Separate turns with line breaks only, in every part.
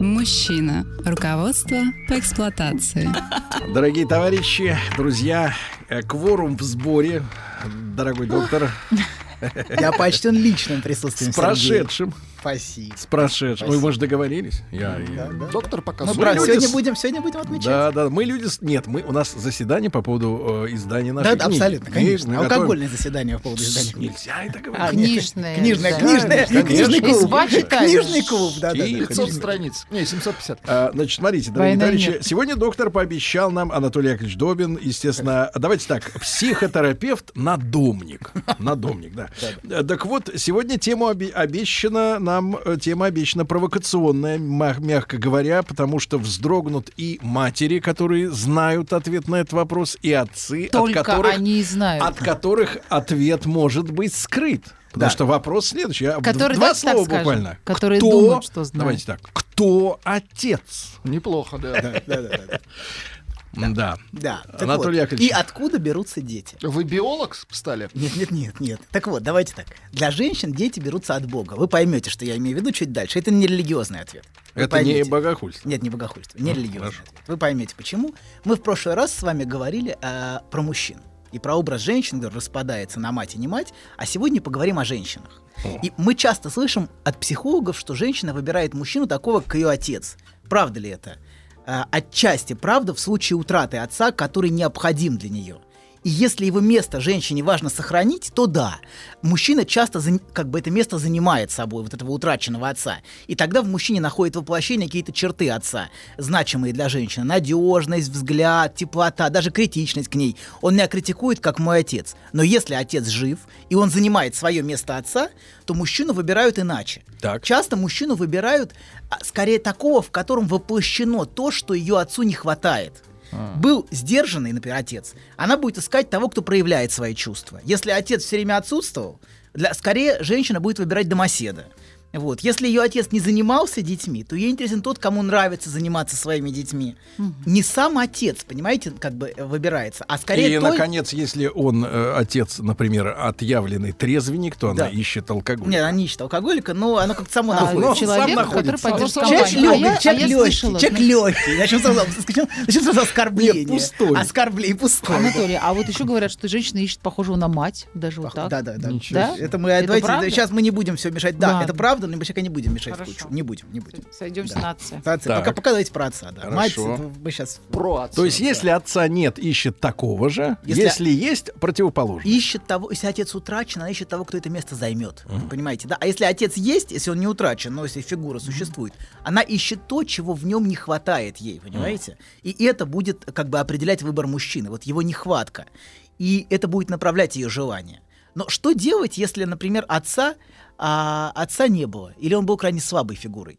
Мужчина. Руководство по эксплуатации.
Дорогие товарищи, друзья, э, кворум в сборе. Дорогой доктор,
Я почтен личным присутствием
с
Сергея.
прошедшим.
Спасибо.
С прошедшим. Ой, мы же договорились. Я, я-
Доктор
Ну,
показывает.
брат,
люди
сегодня
с-
будем, сегодня будем отмечать.
Да, да, мы люди... с- Нет, мы, у нас заседание по поводу э, издания нашей
Да, да,
книги.
абсолютно,
И
конечно.
мы
Алкогольное заседание по поводу
готовим- Тс,
издания.
Нельзя это говорить.
А, нет,
Книжное,
Книжное,
да.
книжное,
Конечно.
книжный
Из
клуб.
два читаешь.
Книжный клуб, да, да, да.
500
книжный клуб.
страниц. Не, 750.
А, Значит, смотрите, дорогие
Война
товарищи,
нет.
сегодня доктор пообещал нам, Анатолий Яковлевич Добин, естественно, давайте так, психотерапевт-надомник. Надомник, да. Э, Так вот, сегодня тему обе- обещана нам, э, тема обещана провокационная, ма- мягко говоря, потому что вздрогнут и матери, которые знают ответ на этот вопрос, и отцы,
Только
от которых...
они и знают.
От которых ответ может быть скрыт. Потому
Да.
что вопрос следующий. Я в-
Которые,
Два
давайте так
слова
скажем,
буквально.
которые думают, что знают.
Давайте так. Кто отец?
Неплохо, да.
Да, да, да,
Да.
да. Так
Анатолий
вот,
Яковлевич.
И откуда берутся дети?
Вы биолог стали?
Нет, нет, нет, нет. Так вот, давайте так. Для женщин дети берутся от Бога. Вы поймете, что я имею в виду чуть дальше. Это не религиозный ответ. Вы
Это не
поймете.
богохульство.
Нет, не богохульство, не религиозный
хорошо.
ответ. Вы поймете, почему. Мы в прошлый раз с вами говорили э, про мужчин и про образ женщин, который распадается на мать и не мать, а сегодня поговорим о женщинах. И мы часто слышим от психологов, что женщина выбирает мужчину такого, как ее отец. Правда ли это? Э, отчасти правда в случае утраты отца, который необходим для нее. И если его место женщине важно сохранить, то да, мужчина часто зан- как бы это место занимает собой, вот этого утраченного отца. И тогда в мужчине находит воплощение какие-то черты отца, значимые для женщины. Надежность, взгляд, теплота, даже критичность к ней. Он меня критикует, как мой отец. Но если отец жив, и он занимает свое место отца, то мужчину выбирают иначе.
Так.
Часто мужчину выбирают а, скорее такого, в котором воплощено то, что ее отцу не хватает.
А.
Был сдержанный, например, отец, она будет искать того, кто проявляет свои чувства. Если отец все время отсутствовал, для, скорее женщина будет выбирать домоседа. Вот. Если ее отец не занимался детьми, то ей интересен тот, кому нравится заниматься своими детьми. Не сам отец, понимаете, как бы э, выбирается, а скорее
И,
той-
наконец, если он э, отец, например, отъявленный трезвенник, то она
Да.
ищет алкоголь.
Не, она не ищет алкоголика, но оно как-то само
А,
находится.
человек,
сам
который
находится.
поддержит
А
Человек
компанию.
легкий,
А я- а
человек
я
легкий,
слышала,
человек
знаете,
легкий. Начнем сразу, начнем- начнем сразу оскорбление.
Нет, пустой.
Оскорбление пустой.
Анатолий, а вот еще говорят, что женщина ищет похожего на мать, даже вот
Пах-
так.
Да, да, да.
Ничего себе.
Это мы
Это правда?
давайте, сейчас мы не будем все мешать. Да,
Ладно.
это правда, но мы пока не будем мешать в
Хорошо.
кучу. Не будем, не будем.
Сойдемся
Да.
на отце.
За отца.
Так.
Пока, пока давайте про отца. Да. Мать,
Хорошо.
это мы сейчас
Про отца.
То есть, если отца нет, ищет такого же. Если,
Если-
есть, противоположный.
ищет того, если отец утрачен, она ищет того, кто это место займет. Понимаете, да? А если отец есть, если он не утрачен, но если фигура существует, она ищет то, чего в нем не хватает ей, понимаете? И это будет как бы определять выбор мужчины, вот его нехватка. И это будет направлять ее желание. Но что делать, если, например, отца, а, отца не было, или он был крайне слабой фигурой?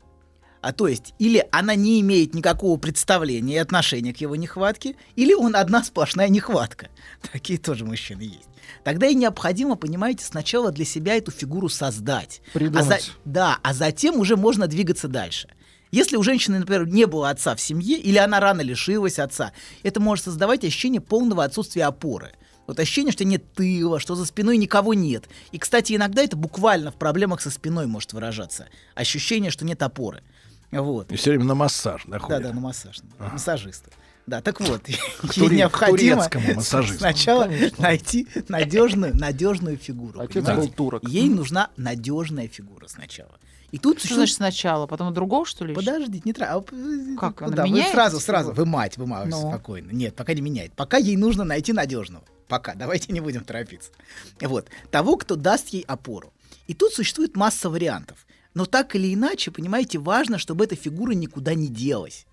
А то есть, или она не имеет никакого представления и отношения к его нехватке, или он одна сплошная нехватка. Такие тоже мужчины есть. Тогда и необходимо, понимаете, сначала для себя эту фигуру создать.
Придумать.
А за- да, а затем уже можно двигаться дальше. Если у женщины, например, не было отца в семье, или она рано лишилась отца, это может создавать ощущение полного отсутствия опоры. Вот ощущение, что нет тыла, что за спиной никого нет. И, кстати, иногда это буквально в проблемах со спиной может выражаться. Ощущение, что нет опоры. Вот.
И все время на массаж
Да,
находит.
да, на массаж. Массажисты. Да, так вот, ей
туре-
необходимо
турецкому массажисту. Ну,
сначала найти надежную, надежную фигуру.
А
Отец
понимаете?
был турок.
Ей нужна надежная фигура сначала. И тут
Что
существует-
значит сначала, потом у другого, что ли? ищет?
Подождите, не тра... а, э,
Как,
ну
она
да, вы
меняет
сразу,
всего?
сразу. Вы мать, вы мать,
Ну.
спокойно. Нет, пока не меняет. Пока ей нужно найти надежного. Пока, давайте не будем торопиться. Вот. Того, кто даст ей опору. И тут существует масса вариантов. Но так или иначе, понимаете, важно, чтобы эта фигура никуда не делась.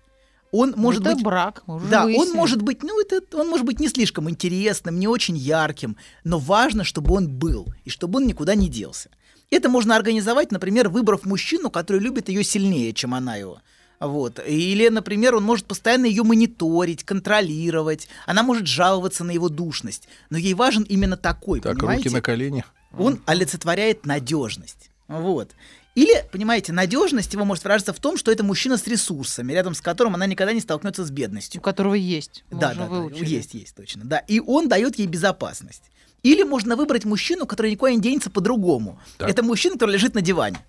Он может
это
быть
брак, мы уже
да,
выяснили.
он может быть, ну это, он может быть не слишком интересным, не очень ярким, но важно, чтобы он был и чтобы он никуда не делся. Это можно организовать, например, выбрав мужчину, который любит ее сильнее, чем она его. Вот. Или, например, он может постоянно ее мониторить, контролировать. Она может жаловаться на его душность. Но ей важен именно такой,
Так,
понимаете?
руки на колени.
Он олицетворяет надежность. Вот. Или, понимаете, надежность его может выражаться в том, что это мужчина с ресурсами, рядом с которым она никогда не столкнется с
у
бедностью.
которого есть. Мы
Да,
уже
да, да,
выучили.
есть, есть, точно. Да. И он дает ей безопасность. Или можно выбрать мужчину, который никуда не денется по-другому.
Так.
Это мужчина, который лежит на диване.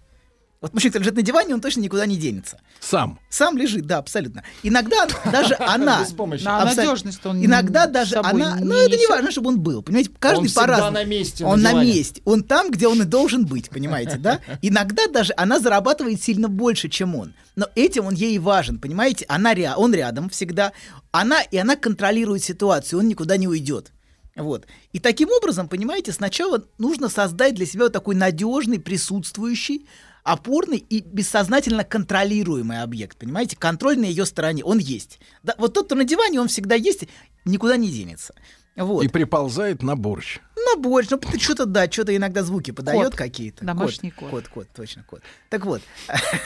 Вот мужчина, который лежит на диване, он точно никуда не денется.
Сам.
Сам лежит, да, абсолютно. Иногда даже она...
На
Абсолютно.
надежность он
Иногда
с
даже
собой
она...
не
Ну, это не
несёт.
важно, чтобы он был. Понимаете, каждый
он всегда
по-разному.
на месте.
Он на
диване.
месте, он там, где он и должен быть, понимаете, да? Иногда даже она зарабатывает сильно больше, чем он, но этим он ей важен, понимаете? Она ря- он рядом всегда, она и она контролирует ситуацию, он никуда не уйдет. Вот. И таким образом, понимаете, сначала нужно создать для себя вот такой надежный, присутствующий, опорный и бессознательно контролируемый объект, понимаете? Контроль на ее стороне, он есть. Да, вот тот, кто на диване, он всегда есть, никуда не денется. Вот.
И приползает на борщ.
На борщ, ну что-то да, что-то иногда звуки подает какие-то.
Домашний
кот.
кот.
Кот, кот, точно кот. Так вот,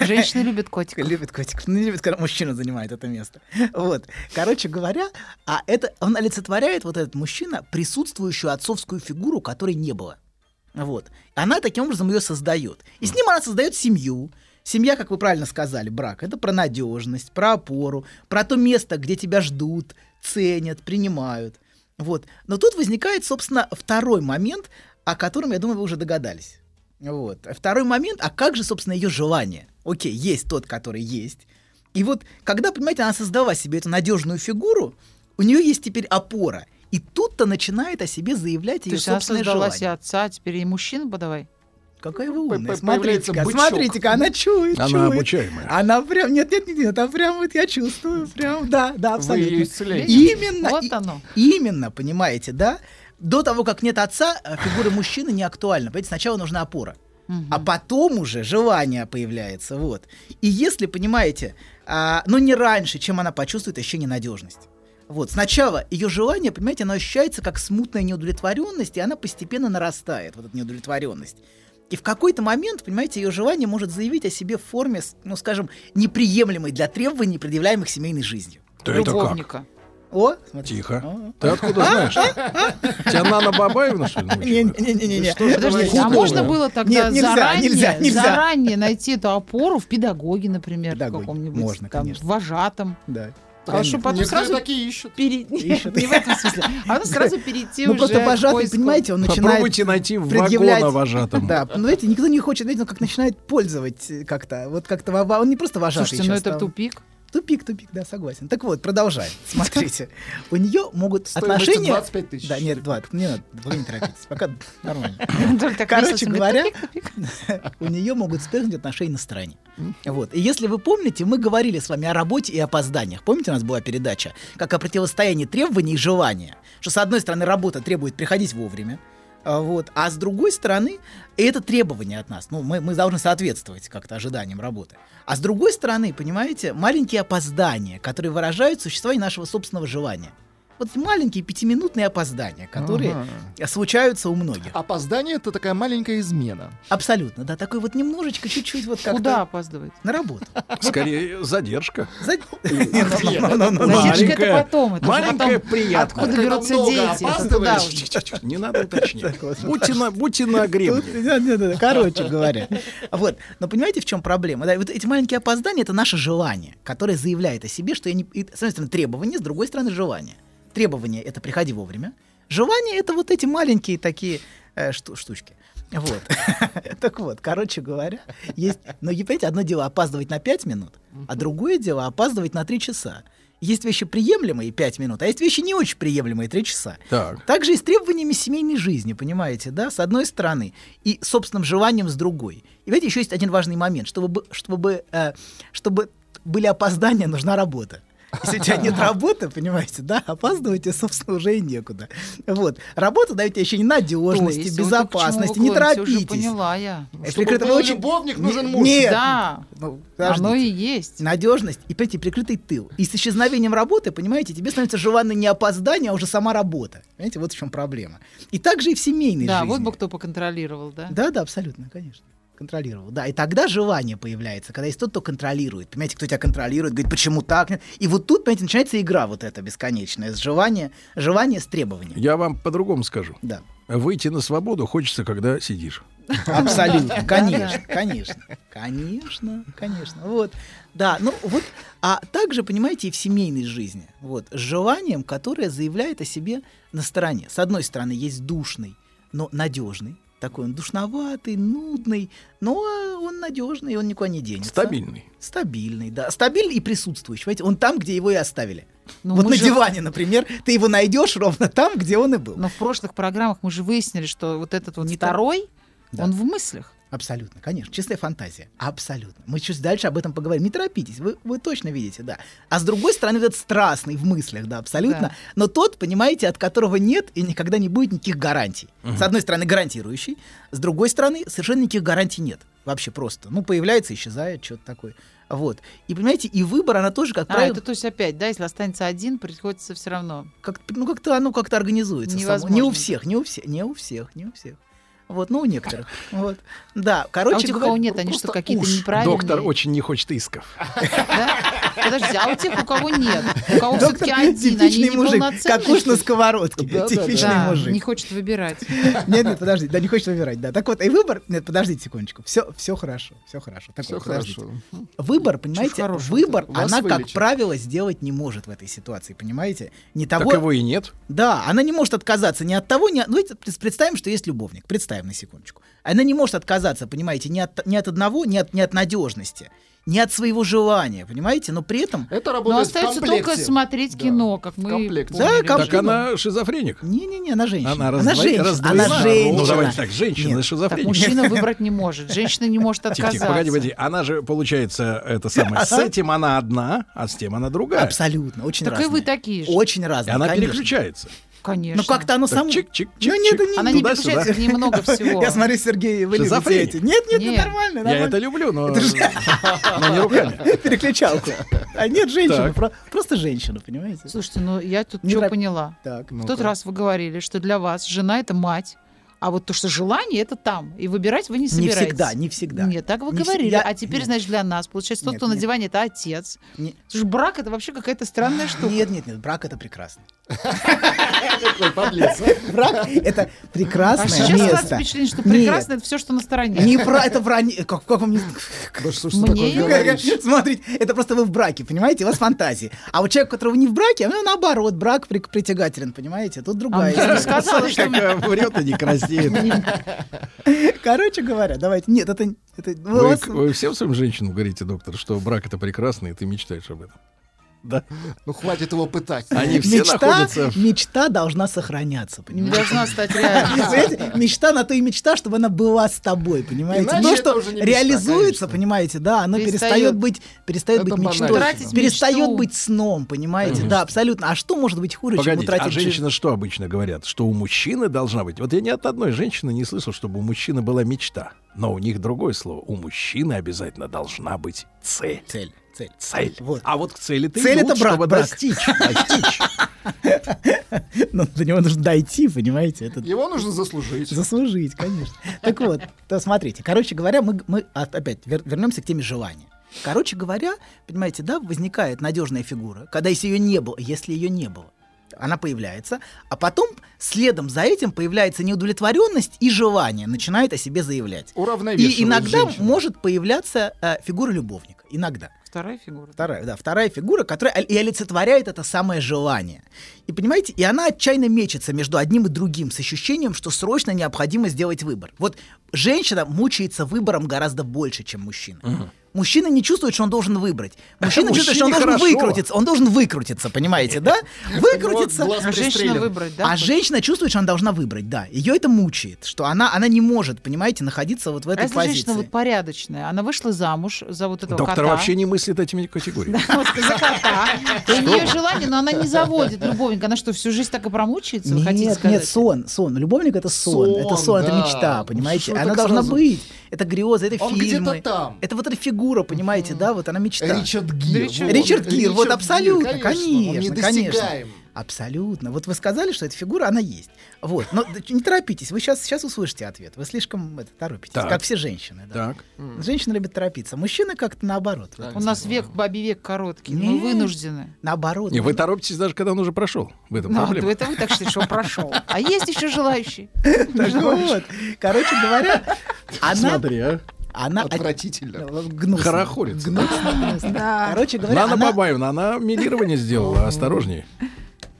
Женщины любят котиков.
любит котик, ну, не любит, когда мужчина занимает это место. Вот, короче говоря, а это он олицетворяет вот этот мужчина присутствующую отцовскую фигуру, которой не было. Вот, она таким образом ее создает. И с ним она создает семью. Семья, как вы правильно сказали, брак, это про надежность, про опору, про то место, где тебя ждут, ценят, принимают. Вот. Но тут возникает, собственно, второй момент, о котором, я думаю, вы уже догадались. Вот. А Второй момент, а как же, собственно, ее желание? Окей, есть тот, который есть. И вот, когда, понимаете, она создала себе эту надежную фигуру, у нее есть теперь опора. И тут-то начинает о себе заявлять
То
ее
есть она
собственное
создала себе
желание.
отца, а теперь и мужчин подавай.
Какая вы
П-
умная.
п- появляется
Смотрите-ка,
бычок.
смотрите-ка, она чует,
Она
чует.
обучаемая.
Она прям, нет, нет, нет, нет, она прям вот я чувствую, прям, да, да,
Вы ее
абсолютно.
исцеляете.
Именно,
Вот
и-
оно.
именно, понимаете, да? До того, как нет отца, э, фигура мужчины не актуальна. Понимаете, сначала нужна опора.
Мгм.
А потом уже желание появляется, вот. И если, понимаете, а, ну не раньше, чем она почувствует ощущение надежности. Вот, сначала ее желание, понимаете, оно ощущается как смутная неудовлетворенность, и она постепенно нарастает, вот эта неудовлетворенность. И в какой-то момент, понимаете, ее желание может заявить о себе в форме, с- ну скажем, неприемлемой для требований, предъявляемых семейной жизнью.
То это как?
Любовника.
О, смотри.
Тихо.
О.
Ты откуда знаешь? Тебя Нана Бабаевна, что ли, научила?
Не-не-не-не.
Подождите, а
Худого.
можно было тогда
Нет, нельзя,
заранее,
нельзя, нельзя.
заранее найти эту опору в педагоге, например,
Педагоге.
каком-нибудь
Можно,
там,
конечно.
вожатом.
Да.
А
Конечно.
что потом
Некоторые
сразу
такие ищут.
пере-
Ищут.
Не в этом смысле. А потом сразу перейти
Ну
уже
просто
к
вожатый,
поиску.
понимаете, он начинает
Попробуйте найти
предъявлять-
вагона вожатым.
Да, ну знаете, никто не хочет, знаете, он как начинает пользовать э, как-то, вот как-то, во- во- он не просто вожатый
Слушайте, ну
щас
это
там.
тупик.
Тупик, тупик, да, согласен. Так вот, продолжаем. Смотрите, у нее могут
Стоимостью
отношения...
25 тысяч.
Да, нет, два, не надо, вы не торопитесь, пока нормально.
Анатолий так
Короче
вместо себя,
говоря,
тупик, тупик.
У нее могут вспыхнуть отношения на стороне. Вот. И если вы помните, мы говорили с вами о работе и опозданиях. Помните, у нас была передача, как о противостоянии требований и желания. Что с одной стороны работа требует приходить вовремя, а, вот, а с другой стороны это требование от нас. Ну, мы, мы должны соответствовать как-то ожиданиям работы. А с другой стороны, понимаете, маленькие опоздания, которые выражают существование нашего собственного желания. Вот эти маленькие пятиминутные опоздания, которые случаются у многих.
Опоздание — это такая маленькая измена.
Абсолютно, да, такой вот немножечко, чуть-чуть вот как-то...
Куда опаздывать?
На работу.
Скорее, задержка.
За-
Задержка это
Маленькая-
потом. Это же
Маленькая
потом
приятная.
Откуда берутся дети? Это туда уже.
Тихо-тихо-тихо, Не надо уточнять. Будьте на, будьте на
Тут-
гребне.
да, да, да, Короче говоря. Вот. Но понимаете, в чем проблема? Да, вот эти маленькие опоздания это наше желание, которое заявляет о себе, что я не. и, С одной стороны, требование, с другой стороны, желание. Требование это приходи вовремя. Желание это вот эти маленькие такие э, шту- штучки. Вот. Так вот, короче говоря, есть. Но и, понимаете, одно дело опаздывать на 5 минут, а другое дело опаздывать на 3 часа. Есть вещи приемлемые 5 минут, а есть вещи не очень приемлемые 3 часа.
Так.
Также и с требованиями семейной жизни, понимаете, да, с одной стороны, и собственным желанием с другой. И знаете, еще есть один важный момент, чтобы, бы- чтобы, э, чтобы были опоздания, нужна работа. Если у тебя нет работы, понимаете, да, опаздывать тебе, собственно, уже и некуда. Вот. Работа дает тебе еще и
То
надежности,
есть, вот ты к чему
безопасности, не
клонишь, я Уже
торопитесь.
поняла я.
Э,
Чтобы
прикрыто
был
вы очень-
любовник,
Не-
нужен муж.
Нет.
Да,
Ну,
оно
подождите.
и есть.
Надежность и, понимаете, прикрытый тыл. И с исчезновением работы, понимаете, тебе становится желанно не опоздание, а уже сама работа. Понимаете, вот в чем проблема. И также и в семейной
Да,
жизни.
вот бы кто поконтролировал, да?
Да, да, абсолютно, конечно. Контролировал, да. И тогда желание появляется, когда есть тот, кто контролирует. Понимаете, кто тебя контролирует, говорит, почему так? И вот тут, понимаете, начинается игра вот эта бесконечная. С желания, желание с требованием.
Я вам по-другому скажу.
Да.
Выйти на свободу хочется, когда сидишь.
Абсолютно, конечно, конечно, конечно, конечно. Вот, да, ну вот, а также, понимаете, и в семейной жизни, вот, с желанием, которое заявляет о себе на стороне. С одной стороны, есть душный, но надежный, такой он душноватый, нудный, но а, он надежный, он никуда не денется.
Стабильный.
Стабильный, да. Стабильный и присутствующий. Понимаете, он там, где его и оставили.
Ну,
вот
мы
на
же-
диване, например, ты его найдешь ровно там, где он и был.
Но в прошлых программах мы же выяснили, что вот этот он не второй,
Да.
он в мыслях.
Абсолютно, конечно. Чистая фантазия. Абсолютно. Мы чуть дальше об этом поговорим. Не торопитесь, вы, вы точно видите, да. А с другой стороны, вот этот страстный в мыслях, да, абсолютно.
Да.
Но тот, понимаете, от которого нет и никогда не будет никаких гарантий. С одной стороны, гарантирующий, с другой стороны, совершенно никаких гарантий нет. Вообще просто. Ну, появляется, исчезает, что-то такое. Вот. И понимаете, и выбор, она тоже, как
А,
правило,
это то есть опять, да, если останется один, приходится все равно.
как, ну, как-то оно как-то организуется. само. Не у
Невозможно.
всех, не у всех, не у всех, не у всех. Вот, ну, у некоторых. Вот. Да, короче
а у тех, у
говоря,
кого нет, они
просто
что, какие-то
уж.
неправильные?
Доктор очень не хочет исков.
А
Да? Подожди, а у тех, у кого нет? У кого все-таки один, они
типичный мужик, как уж на
неполноценные?
сковородке. типичный
Да,
мужик.
не хочет выбирать.
Нет, нет, подожди, да не хочет выбирать, да. Так вот, и выбор, нет, подождите секундочку, все, все хорошо, все хорошо. Так
Все
вот, подождите.
хорошо.
Выбор, понимаете,
хорошего-то?
выбор,
Вас
она, как
вылечат.
правило, сделать не может в этой ситуации, понимаете? Не
Так
того,
его и нет.
да, она не может отказаться ни от того, ни от... Ну, давайте пред- представим, что есть любовник. Представим на секундочку. Она не может отказаться, понимаете, ни от, ни от одного, ни от, ни от надежности, ни от своего желания, понимаете? Но при этом...
Это
Но
работает в
остается только
комплекте.
смотреть
Да.
кино, как мы
комплекте.
поняли.
Да,
Так
Вообще,
она шизофреник.
Не-не-не, она женщина.
Она, раздвоена.
она женщина.
раздвоена.
Она
Ну, давайте
женщина.
так, женщина
Нет,
Так
шизофреник.
мужчина выбрать не может, женщина не может
Тихо,
отказаться.
тихо, погоди, погоди. Она же, получается, это самое. С этим она одна, а с тем она другая.
Абсолютно, очень
Так и
разные.
вы такие же,
Очень
И
разные,
она
конечно.
переключается.
конечно.
Но как-то оно
Так
само...
чик-чик-чик-чик.
Ну, нет,
Она не
туда-сюда.
переключается, к ней много всего.
Я смотрю, Сергей, вы любите
Шизофреник.
эти. Нет, нет,
Нет.
нет, нормально,
Я
нормально.
это люблю, но, но не руками.
Переключалку. А нет, женщина.
Так.
про- Просто женщина, понимаете?
Слушайте, ну я тут
Не Ну
что
нрав-
поняла.
Так.
В тот раз вы говорили, что для вас жена это мать, а вот то, что желание, это там. И выбирать вы не
Не
собираетесь.
всегда, не всегда.
Нет, так вы
Не
говорили.
всегда.
А теперь,
Нет.
значит, для нас, получается, тот,
Нет,
кто на
нет.
диване, это отец.
Не-
Слушай, брак это вообще какая-то странная штука.
Нет, нет, нет, брак это прекрасно.
Какой подлец.
Брак это
а
прекрасное
сейчас
место.
впечатление, что
Нет.
прекрасно это все, что на стороне.
Не про это вранье. Как, как вам не...
Боже, что ж
Мне
ты такое
это-
говоришь?
Смотрите, это просто вы в браке, понимаете? У вас фантазии. А вот человек, у которого не в браке, ну, наоборот, брак при- притягателен, понимаете? Тут
А
другая
мне
история.
не сказала, что мы-
Как врет и не краснеет.
Короче говоря, давайте. Нет, это... это у
Вы,
вас-
вы всем своим женщинам говорите, доктор, что брак это прекрасно, и ты мечтаешь об этом.
Ну хватит его пытать.
Они все
мечта,
находятся в-
мечта должна сохраняться,
не
понимаете?
должна стать реальностью.
Понимаете, мечта на то и мечта, чтобы она была с тобой, понимаете?
Иначе
то,
это
что
уже не мечта,
реализуется,
конечно.
понимаете, да, оно перестает,
Перестает.
быть, перестает
Это
быть мечтой,
банально.
Тратить
перестает
мечту.
быть сном, понимаете? Да, абсолютно. А что может быть хуже, чем
Погодите,
утратить
а
жизнь?
женщины что обычно говорят? Что у мужчины должна быть... Вот я ни от одной женщины не слышал, чтобы у мужчины была мечта. Но у них другое слово. У мужчины обязательно должна быть цель.
Цель, цель.
Цель.
Вот.
А вот к цели ты
Цель это брак,
чтобы
брак.
достичь. достичь.
Но Ну, до него нужно дойти, понимаете? Это
Его нужно заслужить.
Заслужить, конечно. Так вот, то смотрите, короче говоря, мы, мы от- опять вер- вернемся к теме желания. Короче говоря, понимаете, да, возникает надежная фигура, когда если ее не было, если ее не было, она появляется, а потом следом за этим появляется неудовлетворенность и желание начинает о себе заявлять.
Уравновешивает
И иногда
женщину.
может появляться э, фигура любовника, иногда.
Вторая фигура.
Вторая, да, вторая фигура, которая и олицетворяет это самое желание. И понимаете, и она отчаянно мечется между одним и другим с ощущением, что срочно необходимо сделать выбор. Вот женщина мучается выбором гораздо больше, чем мужчина. Мужчина не чувствует, что он должен выбрать. Мужчина чувствует, что он должен
хорошо.
выкрутиться. Он должен выкрутиться, понимаете, да? Выкрутиться.
глаз
А женщина
пристрелен.
выбрать, да?
А
хоть?
женщина чувствует, что она должна выбрать, да. Ее это мучает, что она, она не может, понимаете, находиться вот в
А
этой
если
позиции.
женщина вот порядочная, она вышла замуж за вот этого
Доктор
кота.
вообще не мыслит этими категориями.
Вот за кота. И У нее желание, но она не заводит любовника. Она что, всю жизнь так и промучается, вы
нет,
хотите сказать?
нет, сон, сон. Любовник это сон,
Сон,
это сон, это
да.
мечта,
Ну,
понимаете?
что ж вы
она
так
должна
сразу?
быть. Это грезы, это
Он
фильмы.
где-то там.
Это вот эта фигура, понимаете, да? Вот она мечта.
Ричард Гир.
Ричард
вот.
Ричард Гир, вот абсолютно,
Он
конечно, конечно.
недосягаем.
Абсолютно. Вот вы сказали, что эта фигура, она есть. Вот. Но да, не торопитесь, вы сейчас, сейчас услышите ответ. Вы слишком это, торопитесь,
Так.
как все женщины. Да.
Так.
М.
Женщины любят торопиться. Мужчины как-то наоборот.
Да.
У нас век, бабий век короткий. Мы
Нет.
вынуждены.
Наоборот.
И вы торопитесь даже, когда он уже прошел. В этом
Ну,
проблема.
это вы так считаете, что он прошел. А есть еще желающие.
Так вот. Короче говоря, она...
Смотри, а.
она
Отвратительно.
Гнусно.
Хорохорится.
Короче говоря,
Нана
она,
Бабаевна, она милирование сделала, осторожнее.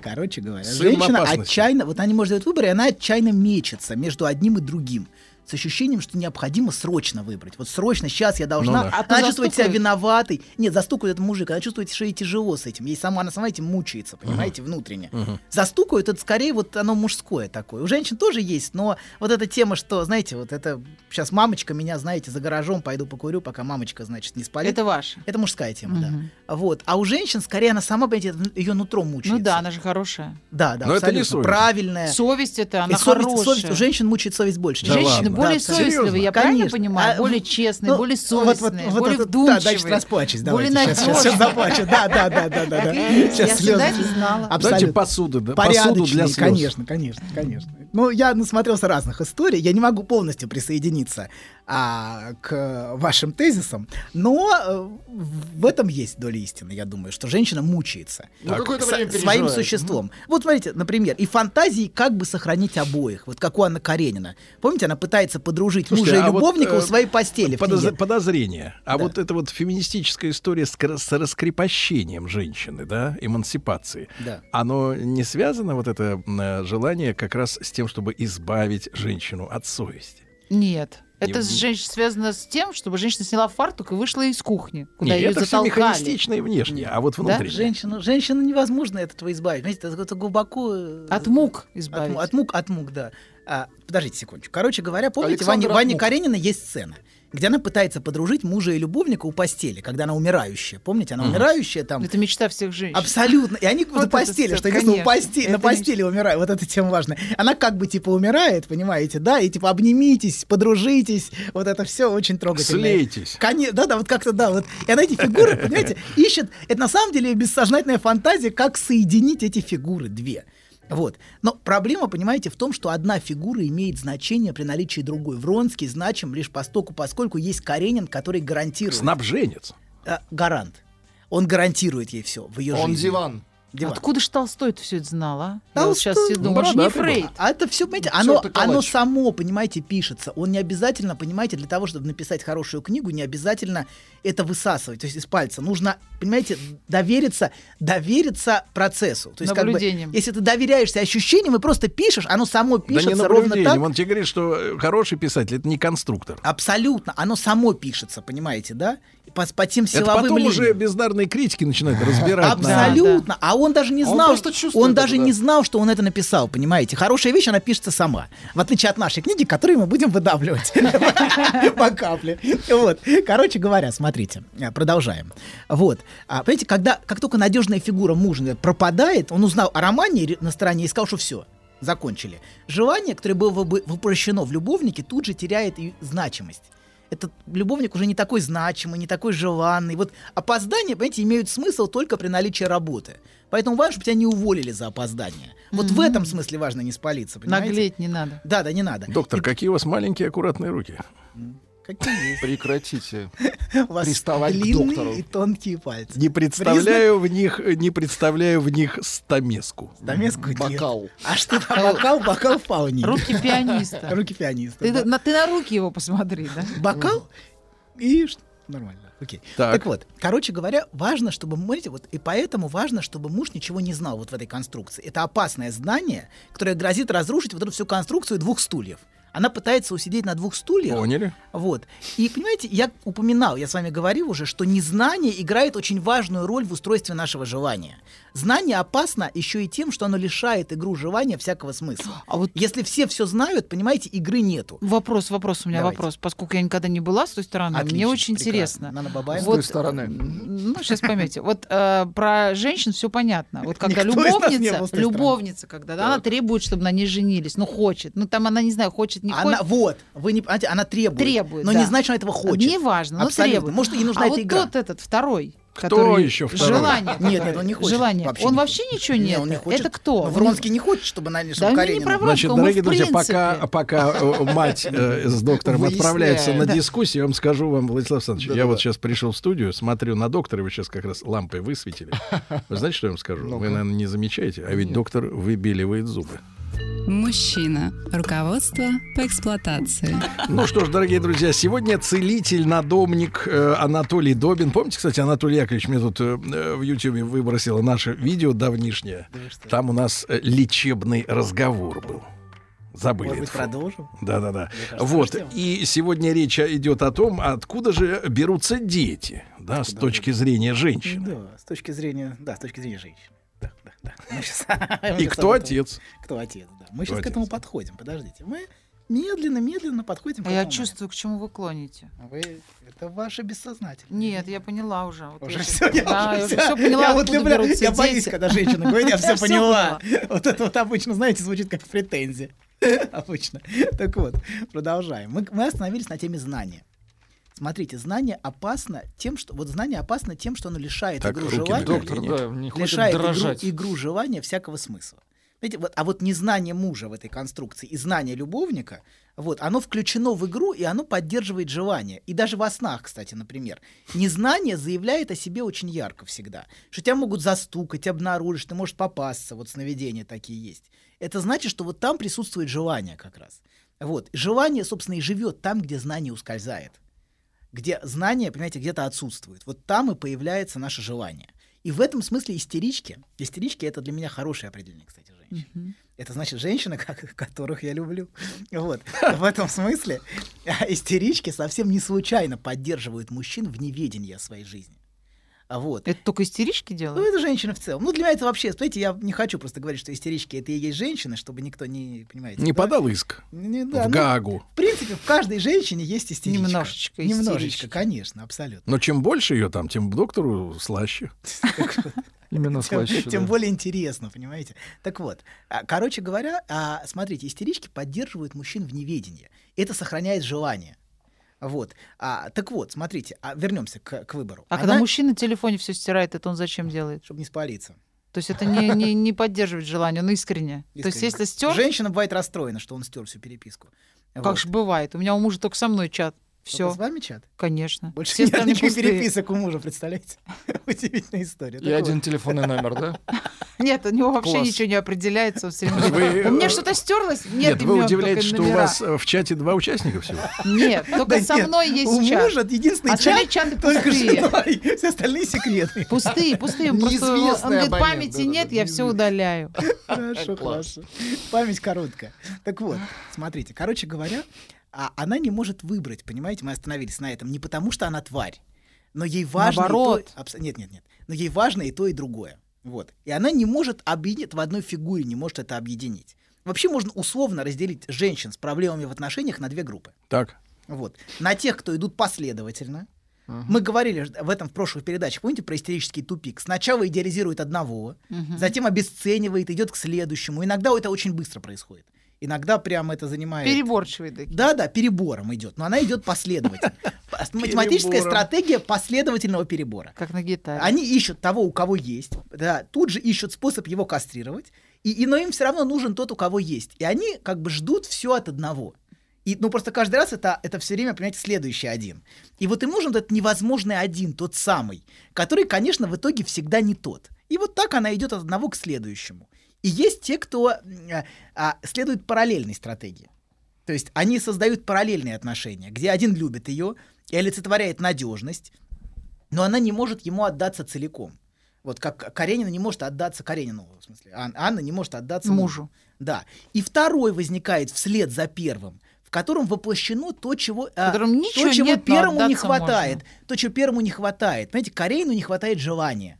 короче говоря,
Сын в
женщина
опасности.
отчаянно, вот она не может сделать выбор, и она отчаянно мечется между одним и другим с ощущением, что необходимо срочно выбрать. Вот срочно, сейчас я должна.
Ну
да. А ты
Она чувствует себя
застукаешь?
виноватой. Нет, застукает этот мужик, она чувствует, что ей тяжело с этим. Ей сама, она сама этим мучается, понимаете, внутренне. Застукают, это скорее вот оно мужское такое. У женщин тоже есть, но вот эта тема, что, знаете, вот это сейчас мамочка меня, знаете, за гаражом пойду покурю, пока мамочка, значит, не спалит.
Это ваше.
Это мужская тема,
Мгм. Ну
да. Вот. А у женщин, скорее, она сама, понимаете, ее нутром мучается.
Ну да, она же хорошая.
Да, да,
Но это не
абсолютно.
совесть.
Правильная.
Совесть это, она
Э. И совесть,
хорошая.
совесть- у женщин мучает совесть больше. чем
Да
Женщины
ладно.
мужчин.
более
Да, абсолютно.
совестливые, я правильно
Конечно.
понимаю?
А,
более
ну,
честные,
ну,
более
вот- вот-
совестные,
вот
более
это-
вдумчивые.
Да, значит, расплачусь.
более
Давайте, сейчас, сейчас,
надежные.
сейчас заплачу. Да, да, да, да, да. да.
Я
Сейчас слезы. А
всегда не знала.
Дайте
Абсолютно.
посуду, да, посуду для
Порядочные,
слез.
конечно, конечно, конечно. Ну, я насмотрелся разных историй, я не могу полностью присоединиться а, к вашим тезисам, но э, в этом есть доля истины, я думаю, что женщина мучается
Ну, какое-то
со-
время
своим
переживает.
существом. Вот смотрите, например, и фантазии как бы сохранить обоих, вот как у Анны Каренина. Помните, она пытается подружить
Слушайте,
мужа
а
и
вот,
любовника
э,
у своей постели. в
Подоз-
книге.
Подозрение. А
Да.
вот эта вот феминистическая история с, кра- с раскрепощением женщины, да, эмансипации,
Да.
оно не связано, вот это м, э, желание, как раз с тем, чтобы избавить женщину от совести?
Нет. Это
Не-
с женщ- связано с тем, чтобы женщина сняла фартук и вышла из кухни, куда
Нет,
ее
это все
затолкали.
механистично и внешне, а вот внутри.
Женщину, женщину невозможно от этого избавить. Знаете, это, это глубоко... э,
От мук
От,
избавить.
му- от мук, от мук, да. А, подождите секундочку. Короче говоря, помните, Ваня,
Александр от
Ваня
мук.
Каренина есть сцена, где она пытается подружить мужа и любовника у постели, когда она умирающая. Помните, она умирающая там.
Это мечта всех женщин.
Абсолютно. И они
Вот
на
это
постели,
всё,
что если у
конечно.
посте- на
Это
постели умирают, вот эта тема важная. Она как бы типа умирает, понимаете, да, и типа обнимитесь, подружитесь, вот это все очень трогательно.
Слейтесь.
Конечно, да, да, вот как-то да, вот. И она эти фигуры, понимаете, ищет. Это на самом деле бессознательная фантазия, как соединить эти фигуры две. Вот. Но проблема, понимаете, в том, что одна фигура имеет значение при наличии другой. Вронский значим лишь постоку, поскольку есть Каренин, который гарантирует.
Снабженец.
э, гарант. Он гарантирует ей все в ее жизни.
Он диван.
Диван.
Откуда ж Толстой все это знал, а? Я вот
Толстой.
сейчас сижу, думаю, он же не
бородатый был.
Фрейд.
А это все, понимаете,
Всё
оно,
это калач.
оно само, понимаете, пишется. Он не обязательно, понимаете, для того, чтобы написать хорошую книгу, не обязательно это высасывать, то есть из пальца. Нужно, понимаете, довериться, довериться процессу. То есть, как бы,
Наблюдением.
если ты доверяешься ощущениям и просто пишешь, оно само пишется ровно так.
наблюдением. Он тебе говорит, что э, хороший писатель это не конструктор.
Абсолютно, оно само пишется, понимаете, да? И По, по тем
Это
силовым
потом
линиям.
уже бездарные критики начинают разбирать. на-
Абсолютно. А он даже не
Он
знал,
просто
что-
чувствует
он,
это,
даже
да.
не знал, что он это написал, понимаете? Хорошая вещь, она пишется сама. В отличие от нашей книги, которую мы будем выдавливать по капле. Вот. Короче говоря, смотрите, а, продолжаем. Вот. А, Понимаете, когда, как только надежная фигура мужа пропадает, он узнал о романе ре- на стороне и сказал, что все, закончили. Желание, которое было бы воплощено в любовнике, тут же теряет и значимость. Этот любовник уже не такой значимый, не такой желанный. Вот опоздания, понимаете, имеют смысл только при наличии работы. Поэтому важно, чтобы тебя не уволили за опоздание. Вот в этом смысле важно не спалиться, понимаете?
Наглеть не надо.
Да, да, не надо.
Доктор, какие у вас маленькие аккуратные руки?
Какие есть?
Прекратите.
У вас
Приставать к доктору.
длинные и тонкие пальцы.
Не представляю в них, не представляю в них стамеску.
Домеску нет.
Бокал.
А что там? Бокал, бокал фауни.
Руки пианиста.
Руки пианиста.
Ты
да.
на- ты на руки его посмотри, да?
бокал и ш- нормально. Окей.
Так.
Так. вот, короче говоря, важно, чтобы, смотрите, вот и поэтому важно, чтобы муж ничего не знал вот в этой конструкции. Это опасное знание, которое грозит разрушить вот эту всю конструкцию двух стульев. Она пытается усидеть на двух стульях.
Поняли?
Вот. И понимаете, я упоминал, я с вами говорил уже, что незнание играет очень важную роль в устройстве нашего желания. Знание опасно еще и тем, что оно лишает игру желания всякого смысла.
А вот
Если все все знают, понимаете, игры нету.
вопрос, вопрос у меня
Давайте.
вопрос, поскольку я никогда не была с той стороны, мне
Отлично,
очень
прекрасно.
интересно.
Нана Бабаева.
С той стороны.
э, Ну, сейчас поймете. Вот э, про женщин все понятно. Вот когда
Никто из нас не был с
любовница,
той стороны.
любовница, когда да, она требует, чтобы на ней женились, ну хочет. Ну там она не знаю, хочет, не
она,
хочет.
вот, вы не понимаете, она требует.
Требует,
Но
да.
не значит, что она этого хочет.
Неважно, но
Абсолютно.
требует.
Может, ей нужна
а
эта
вот
игра.
тот этот, второй,
Кто
который-
еще второй?
Желание.
Нет,
какое?
нет, он не хочет.
Желание.
Вообще
он
не
вообще ничего
Не,
нет.
он не хочет.
Это кто?
Но
Он-
Вронский не хочет, чтобы налили
Да
чтобы
они не
Каренина.
про Вронского,
Значит,
мы,
дорогие
в
друзья,
принципе-
пока, пока э, мать э, с доктором
Выясняем.
отправляется на
Да.
дискуссию, я вам скажу вам, Владислав Александрович, я
Да-да-да.
вот сейчас пришел в студию, смотрю на доктора, вы сейчас как раз лампой высветили. Вы знаете, что я вам скажу? Вы,
Ну-ка.
наверное, не замечаете, а ведь доктор выбеливает зубы.
Мужчина. Руководство по эксплуатации.
Ну что ж, дорогие друзья, сегодня целитель, надомник э, Анатолий Добин. Помните, кстати, Анатолий Яковлевич мне тут э, э, в Ютьюбе выбросил наше видео давнишнее. Там у нас э, лечебный разговор был. Забыли.
Может быть,
эту фразу.
продолжим?
Да-да-да.
кажется,
Вот.
подождем.
И сегодня речь а, идет о том, откуда же берутся дети, да, с точки зрения женщин.
Да, с точки зрения, да, с точки зрения женщин. Да, да, да. Мы щас- мы
И
щас
кто
об этом-
отец?
Кто отец, да. Мы сейчас к
отец?
этому подходим, подождите. Мы медленно-медленно подходим к
А я
этому
чувствую, к чему вы клоните.
моменту. Вы- Это ваше бессознательное.
Нет, я поняла уже. Вот
Уже
я
все, я
да,
уже
я
всё.
всё поняла,
Я вот
откуда
люблю,
берутся
я боюсь,
дети.
когда женщина говорит, я все
всё
поняла. Вот это вот обычно, знаете, звучит как претензия. Обычно. Так вот, продолжаем. Мы, мы остановились на теме знания. Смотрите, знание опасно тем, что... Вот знание опасно тем, что оно лишает
Так,
игру
руки ноги.
желания.
Доктор,
Или
да, не хочет
лишает игру,
дрожать.
игру желания всякого смысла. Знаете, вот, а вот незнание мужа в этой конструкции и знание любовника, вот, оно включено в игру, и оно поддерживает желание. И даже во снах, кстати, например. Незнание заявляет о себе очень ярко всегда. Что тебя могут застукать, обнаружить, ты можешь попасться. Вот сновидения такие есть. Это значит, что вот там присутствует желание как раз. Вот. Желание, собственно, и живет там, где знание ускользает где знание, понимаете, где-то отсутствует. Вот там и появляется наше желание. И в этом смысле истерички. Истерички это для меня хорошее определение, кстати, женщин.
Мгм.
Это значит женщины, как, которых я люблю. Вот. В этом смысле э, истерички совсем не случайно поддерживают мужчин в неведении о своей жизни. А Вот.
Это только истерички делают?
Ну, это женщины в целом. Ну, для меня это вообще, смотрите, я не хочу просто говорить, что истерички это и есть женщины, чтобы никто не, понимаете.
Не
да?
подал иск
Не- да,
в
ну,
Гаагу.
в принципе, в каждой женщине есть истеричка.
Немножечко
Немножечко,
истерички.
конечно, абсолютно.
Но чем больше ее там, тем доктору слаще.
Именно
тем,
слаще,
тем
да.
более интересно, понимаете? Так вот, а, короче говоря, а, смотрите, истерички поддерживают мужчин в неведении. Это сохраняет желание. Вот. А, так вот, смотрите, а, вернемся к, к выбору.
А когда
Она-
мужчина в телефоне все стирает, это он зачем делает?
Чтобы не спалиться.
То есть это не, не, не поддерживает желание, он искренне. То есть
Искренне.
если стер,
Женщина бывает расстроена, что он стер всю переписку.
как же бывает. У меня у мужа только со мной чат. Все,
С вами чат?
конечно.
Больше
Все
нет
остальные
никаких
пустые.
переписок у мужа, представляете? Удивительная история.
И
Так
один телефонный номер, да?
Нет, у него вообще
Класс.
ничего не определяется. Он все время
Вы,
говорит, У меня
э,
что-то стерлось? Нет,
Нет, вы
имен,
удивляетесь,
только
что у
номера».
вас э, в чате два участника всего.
Нет,
Да
только со
нет,
мной
вот. У
есть чат.
мужа единственный
Остальные
чат
чаты
только
А пустые.
женой, все остальные секретные.
Пустые, пустые. Он просто- он
Неизвестный
говорит,
абонент,
памяти
да-да-да,
нет, я все
неизвестный.
удаляю.
Хорошо,
Класс.
хорошо. Память короткая. Так вот, смотрите, короче говоря, а, она не может выбрать, понимаете, мы остановились на этом, не потому что она тварь, но ей важно... и то-
Наоборот.
абсо- нет, нет, нет. Но ей важно и то, и другое. Вот. И она не может объединить в одной фигуре, не может это объединить. Вообще можно условно разделить женщин с проблемами в отношениях на две группы.
Так.
Вот. На тех, кто идут последовательно.
Мгм.
Мы говорили ж- в этом в прошлых передачах, помните, про истерический тупик. Сначала идеализирует одного,
Мгм.
затем обесценивает, идет к следующему. Иногда это очень быстро происходит. Иногда прямо это занимает.
Переборчивый такие.
Да, да, перебором идет, но она идет последовательно. Пос- Математическая
Перебором.
стратегия последовательного перебора.
Как на гитаре.
Они ищут того, у кого есть, да, тут же ищут способ его кастрировать, и, и- но им все равно нужен тот, у кого есть. И они как бы ждут все от одного. И, ну, просто каждый раз это, это все время, понимаете, следующий один. И вот им нужен этот невозможный один, тот самый, который, конечно, в итоге всегда не тот. И вот так она идет от одного к следующему. И есть те, кто м, а, а, следует параллельной стратегии. То есть они создают параллельные отношения, где один любит ее и олицетворяет надежность, но она не может ему отдаться целиком. Вот как Каренина не может отдаться Каренину, в смысле, Ан- Анна не может отдаться
Мужу.
Да. И второй возникает вслед за первым, в котором воплощено то, чего, а,
В котором ничего
то, чего
нет, но
первому не
отдаться
хватает.
можно.
То, чего первому не хватает. Понимаете, Каренину не хватает желания.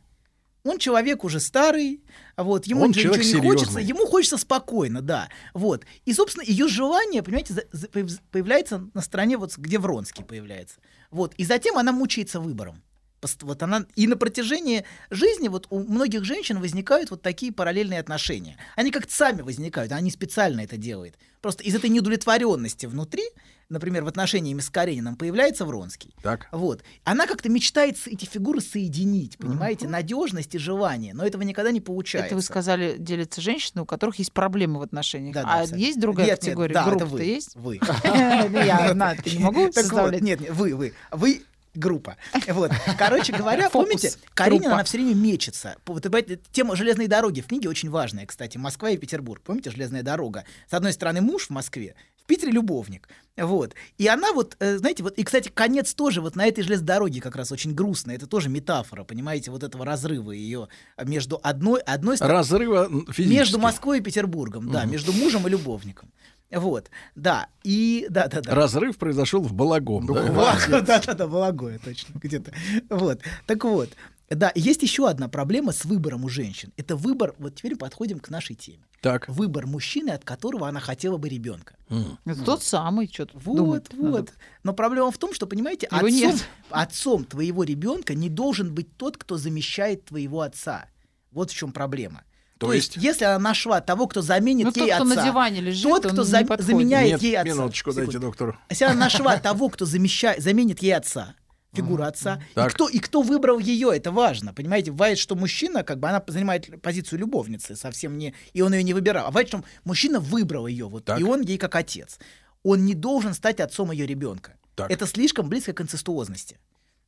Он человек уже старый, а вот ему
Он
ничего
человек
ничего не хочется,
серьезный.
ему хочется спокойно, да, вот. И собственно ее желание, понимаете, за- за- появ- появляется на стороне вот где Вронский появляется, вот. И затем она мучается выбором, Пост- Вот она... И на протяжении жизни вот у многих женщин возникают вот такие параллельные отношения. Они как-то сами возникают, а они специально это делают. Просто из этой неудовлетворенности внутри, например, в отношении с Карениным появляется Вронский.
Так.
Вот. Она как-то мечтает с- эти фигуры соединить, понимаете, надежность и желание, но этого никогда не получается.
Это вы сказали, делятся женщины, у которых есть проблемы в отношениях.
Да, да,
а
абсолютно.
есть другая
Нет, нет,
категория?
да, это
Группа-то
вы.
есть? Ну,
Вы.
Я одна, ты не могу
Так вот,
составлять?
нет, нет, вы, вы. Вы группа. Вот. Короче говоря,
Фокус.
помните, Каренина,
Группа.
она все время мечется. П- Вот, понимаете, тема железной дороги в книге очень важная, кстати. Москва и Петербург. Помните, железная дорога? С одной стороны, муж в Москве, в Питере любовник. Вот. И она вот, э, знаете, вот, и, кстати, конец тоже вот на этой железной дороге как раз очень грустно. Это тоже метафора, понимаете, вот этого разрыва ее между одной, одной стороной
Разрыва м, физически.
между Москвой и Петербургом, да, между мужем и любовником. Вот, да, и да, да, да.
Разрыв произошел в Балагом. да?
Да, да, да, Вологодя, точно, где-то. Вот, так вот. Да, и есть еще одна проблема с выбором у женщин. Это выбор, вот теперь подходим к нашей теме.
Так.
Выбор мужчины, от которого она хотела бы ребенка.
М.
Это Ну, тот самый, что тут
Вот,
думать
вот.
надо.
Но проблема в том, что, понимаете,
Его
отцом,
нет.
отцом твоего ребенка не должен быть тот, кто замещает твоего отца. Вот в чем проблема.
То есть?
если она нашла того, кто заменит
Ну,
ей
тот, кто
отца,
на диване лежит,
тот,
он
кто
не
за-
подходит.
заменяет
Нет,
ей отца.
минуточку, дайте,
Секунду.
доктор.
А Если она нашла того, кто замещает, заменит ей отца, фигуру отца, и
Так.
кто, и кто выбрал ее, это важно. Понимаете, бывает, что мужчина, как бы она занимает позицию любовницы совсем не, и он ее не выбирал. А бывает, что мужчина выбрал ее, вот,
Так.
и он ей как отец. Он не должен стать отцом ее ребенка.
Так.
Это слишком близко к инцестуозности.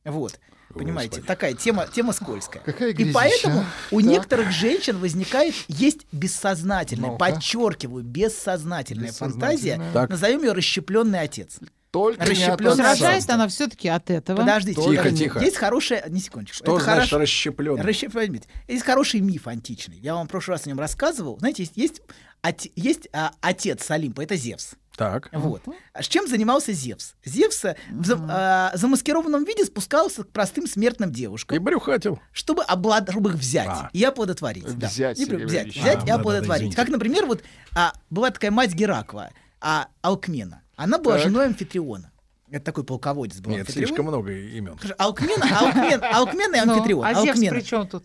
Вот, понимаете, такая тема, тема скользкая.
Какая
и
грязища,
поэтому
а?
у
Так.
некоторых женщин возникает, есть бессознательная,
Ну-ка.
подчеркиваю, бессознательная фантазия,
Бессознательная.
Так.
назовем ее расщепленный отец.
Только не от
Расщеплён
То есть
отца.
Пожалуйста.
рожает Ну, она все-таки от этого.
Подождите,
Тихо,
подождите.
тихо.
Есть хорошая, не секундочку.
Что
Это
значит
хорошо-
расщеплен?
расщеп- возьмите. Есть хороший миф античный. Я вам в прошлый раз о нем рассказывал. Знаете, есть, есть, оте- есть, а, отец Олимпа, это Зевс.
Так.
Вот. А С чем занимался Зевс? Зевс а, в зам- а, замаскированном виде спускался к простым смертным
И
девушкам,
брюхатил.
чтобы, облад... чтобы их взять
А.
и оплодотворить. да.
Взять,
Не при-
Сергей
взять,
Валерьевич.
взять
А,
и
да-да-да,
оплодотворить.
извините.
как, например, вот а, была такая мать Геракла, а, Алкмена. Она была
Так.
женой Амфитриона. Это такой полководец был.
Нет,
Амфитрион.
слишком много имен.
Хорошо, Алкмена, Алкмен, Алкмена и
Ну,
Амфитрион.
а Зевс
Алкмена.
при чем тут?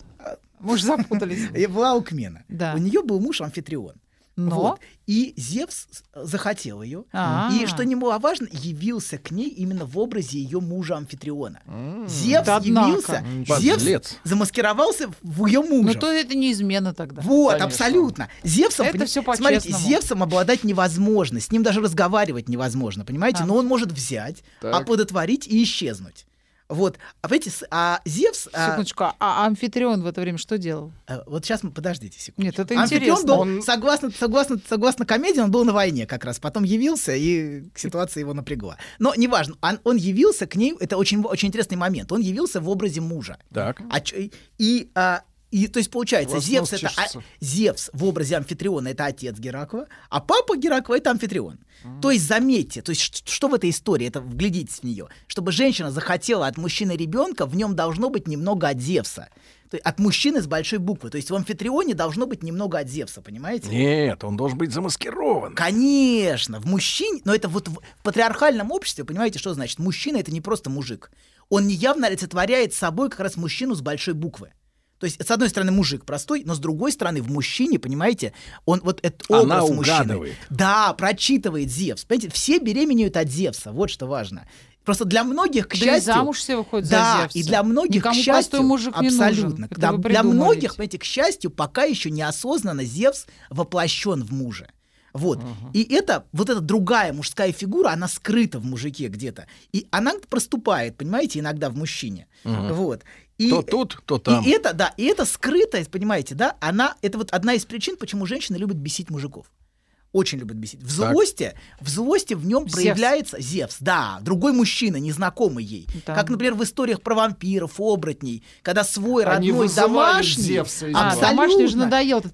Мы же запутались.
И Была Алкмена.
Да.
У нее был муж Амфитрион.
Но?
Вот. И Зевс с- захотел ее.
А.
И, что немаловажно, явился к ней именно в образе ее мужа Амфитриона.
М.
Зевс
Да однако.
явился,
Ничего себе.
Зевс
Подлец.
замаскировался в ее
Ну
мужа.
то это не измена тогда.
Вот,
Конечно.
абсолютно. Зевсом,
Это
пони-
всё
смотрите,
по-честному.
Зевсом обладать невозможно, с ним даже разговаривать невозможно, понимаете?
А.
Но он может взять,
Так.
оплодотворить и исчезнуть. Вот, а понимаете, с- а Зевс... а,
Секундочку, а- а Амфитрион в это время что делал?
а, вот сейчас мы, подождите секунду.
Нет, это
Амфитрион
интересно.
был,
Он-
согласно, согласно, согласно комедии, он был на войне как раз, потом явился, и ситуация его напрягла. Но неважно, он, он явился к ней, это очень, очень интересный момент, он явился в образе мужа.
Так.
А чё- и, а, и, то есть
У
получается,
вас
Зевс
нос
это а-
чешется.
Зевс в образе Амфитриона это отец Геракла, а папа Геракла это Амфитрион. То есть заметьте, то есть ш- что в этой истории, это вглядитесь в нее, чтобы женщина захотела от мужчины ребенка, в нем должно быть немного от Зевса, То есть от мужчины с большой буквы. То есть в Амфитрионе должно быть немного от Зевса, понимаете?
Нет, он должен быть замаскирован.
Конечно, в мужчине, но это вот в патриархальном обществе, понимаете, что значит? Мужчина это не просто мужик. Он неявно олицетворяет собой как раз мужчину с большой буквы. То есть, с одной стороны, мужик простой, но с другой стороны, в мужчине, понимаете, он вот этот образ
Она
мужчины.
угадывает.
Да, прочитывает Зевс. Понимаете, все беременеют от Зевса, вот что важно. Просто для многих, к
Да и
счастью...
замуж все выходят за
да,
Зевса.
и для многих,
Никому
к
простой
счастью...
мужик не нужен.
абсолютно.
Это
Да,
вы
для
придумали.
многих, понимаете, к счастью, пока еще неосознанно Зевс воплощен в муже. Вот. И это, вот эта другая мужская фигура, она скрыта в мужике где-то. И она проступает, понимаете, иногда в мужчине. Вот. И,
То тут, то там.
и это, да, и это скрытость, понимаете, да, она, это вот одна из причин, почему женщины любят бесить мужиков. Очень любят бесить. В
Так.
злости, в злости в нем
Зевс.
проявляется Зевс, да, другой мужчина, незнакомый ей.
Да.
Как, например, в историях про вампиров, оборотней, когда свой
Они
родной
вызывали
домашний,
Зевса из него.
А, домашний уже надоел этот